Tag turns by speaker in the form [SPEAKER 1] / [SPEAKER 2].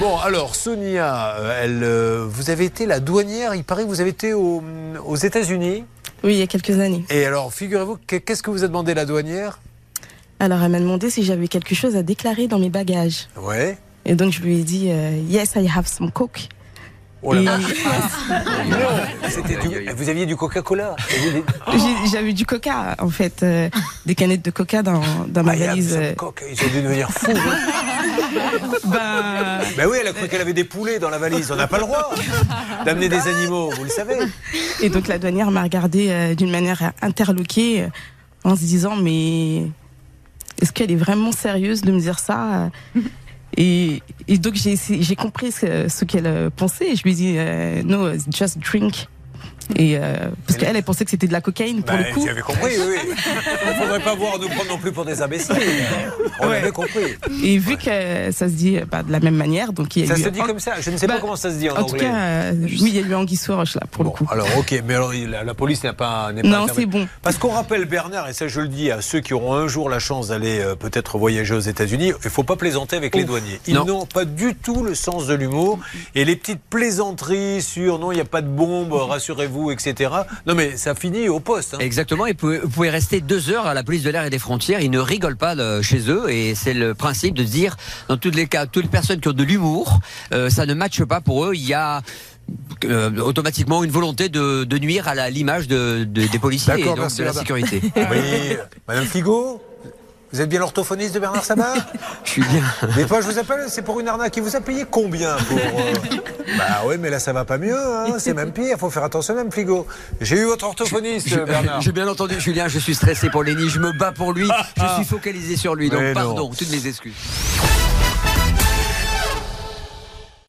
[SPEAKER 1] Bon, alors, Sonia, euh, elle, euh, vous avez été la douanière, il paraît que vous avez été au- mm, aux États-Unis.
[SPEAKER 2] Oui, il y a quelques années.
[SPEAKER 1] Et alors, figurez-vous, que- qu'est-ce que vous a demandé la douanière
[SPEAKER 2] Alors, elle m'a demandé si j'avais quelque chose à déclarer dans mes bagages.
[SPEAKER 1] Ouais.
[SPEAKER 2] Et donc, je lui ai dit euh, Yes, I have some coke.
[SPEAKER 1] Oh la
[SPEAKER 2] Et
[SPEAKER 1] vache. Non, c'était du- Vous aviez du Coca-Cola. Ah,
[SPEAKER 2] j'ai- J'avais du coca, en fait, euh, des canettes de coca dans, dans ma
[SPEAKER 1] Ah, il y a
[SPEAKER 2] valise. Euh,
[SPEAKER 1] Sam Coke, Ils ont dû devenir fous. hein.
[SPEAKER 2] Ben,
[SPEAKER 1] ben oui, elle a cru qu'elle avait des poulets dans la valise. On n'a pas le droit d'amener des animaux, vous le savez.
[SPEAKER 2] Et donc, la douanière m'a regardée euh, d'une manière interloquée euh, en se disant Mais est-ce qu'elle est vraiment sérieuse de me dire ça euh et, et donc, j'ai essayé- j'ai compris ce, ce qu'elle euh, pensait. Et je lui ai dit euh, No, it's just drink. Et euh, parce qu'elle, elle pensait que c'était de la cocaïne pour
[SPEAKER 1] Bah,
[SPEAKER 2] le coup.
[SPEAKER 1] j'avais compris, oui. oui. Il ne faudrait pas voir nous prendre non plus pour des imbéciles. On avait compris.
[SPEAKER 2] Et vu que ça se dit euh, bah, de la même manière, donc il y a
[SPEAKER 1] Ça
[SPEAKER 2] eu.
[SPEAKER 1] se dit comme ça. Je ne sais pas
[SPEAKER 2] Bah,
[SPEAKER 1] comment ça se dit en,
[SPEAKER 2] en tout
[SPEAKER 1] anglais.
[SPEAKER 2] cas, euh, oui, il y a eu Anguille sous roche là pour
[SPEAKER 1] bon,
[SPEAKER 2] le coup.
[SPEAKER 1] alors ok, mais alors, la, la police n'a pas. n'est pas
[SPEAKER 2] Non,
[SPEAKER 1] intervenu.
[SPEAKER 2] c'est bon.
[SPEAKER 1] Parce qu'on rappelle Bernard, et ça je le dis à ceux qui auront un jour la chance d'aller euh, peut-être voyager aux États-Unis, il faut pas plaisanter avec les douaniers. Ils
[SPEAKER 3] Non.
[SPEAKER 1] n'ont pas du tout le sens de l'humour et les petites plaisanteries sur non, il n'y a pas de bombe, rassurez-vous, etc. Non mais ça finit au poste. hein.
[SPEAKER 3] Exactement, et pouvez- vous pouvez rester deux heures à la police de l'air et des frontières, ils ne rigolent pas euh, chez eux, et c'est le principe de se dire, dans tous les cas, toutes les personnes qui ont de l'humour, euh, ça ne matche pas pour eux, il y a euh, automatiquement une volonté de, de nuire à la- l'image de, de- des policiers et
[SPEAKER 4] D'accord,
[SPEAKER 3] donc
[SPEAKER 4] merci,
[SPEAKER 3] de la
[SPEAKER 4] madame.
[SPEAKER 3] sécurité.
[SPEAKER 1] Oui, Madame Figo vous êtes bien l'orthophoniste de Bernard Sabat
[SPEAKER 3] Je suis bien.
[SPEAKER 1] Des fois, je vous appelle, c'est pour une arnaque. Et vous a payé combien pour. euh, Bah oui, mais là, ça va pas mieux, hein, c'est même pire. Faut faire attention, même Figo. J'ai eu votre orthophoniste,
[SPEAKER 3] Je-
[SPEAKER 1] Bernard.
[SPEAKER 3] J'ai bien entendu, Julien, je suis stressé pour Lenny, je me bats pour lui, je suis focalisé sur lui, donc
[SPEAKER 1] Mais non.
[SPEAKER 3] pardon, toutes mes excuses.